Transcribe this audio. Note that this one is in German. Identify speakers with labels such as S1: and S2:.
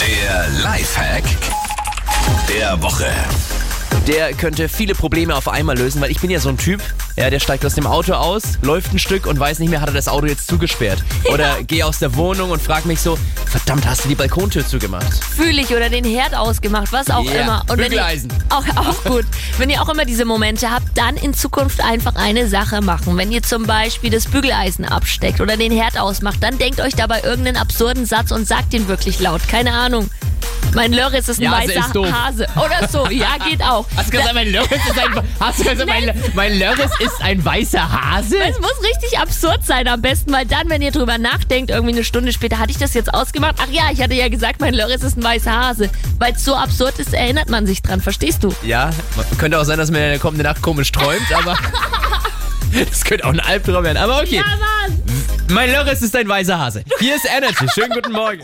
S1: Der Lifehack der Woche.
S2: der könnte viele Probleme auf einmal lösen, weil ich bin ja so ein Typ, ja, der steigt aus dem Auto aus, läuft ein Stück und weiß nicht mehr, hat er das Auto jetzt zugesperrt. Oder gehe aus der Wohnung und frag mich so, verdammt, hast du die Balkontür zugemacht?
S3: fühle ich oder den Herd ausgemacht, was auch
S2: Ja,
S3: immer. Und wenn ihr,
S2: Bügeleisen.
S3: auch, auch gut. Wenn ihr auch immer diese Momente habt, dann in Zukunft einfach eine Sache machen. Wenn ihr zum Beispiel das Bügeleisen absteckt oder den Herd ausmacht, dann denkt euch dabei irgendeinen absurden Satz und sagt ihn wirklich laut. Keine Ahnung. Mein Lörres ist ein
S2: Jase
S3: weißer
S2: also ist doof.
S3: Hase. Oder so. Ja, geht auch.
S2: Hast du gesagt, mein Lörres ist ein, hast du gesagt, mein, mein Lörres ist ein weißer Hase?
S3: Es muss richtig absurd sein am besten, weil dann, wenn ihr drüber nachdenkt, irgendwie eine Stunde später, hatte ich das jetzt ausgemacht? Ach ja, ich hatte ja gesagt, mein Lörres ist ein weißer Hase. Weil es so absurd ist, erinnert man sich dran, verstehst du?
S2: Ja, könnte auch sein, dass man in der kommenden Nacht komisch träumt, aber das könnte auch ein Albtraum werden. Aber okay,
S3: Ja, Mann!
S2: mein Lörres ist ein weißer Hase. Hier ist Energy. Schönen guten Morgen.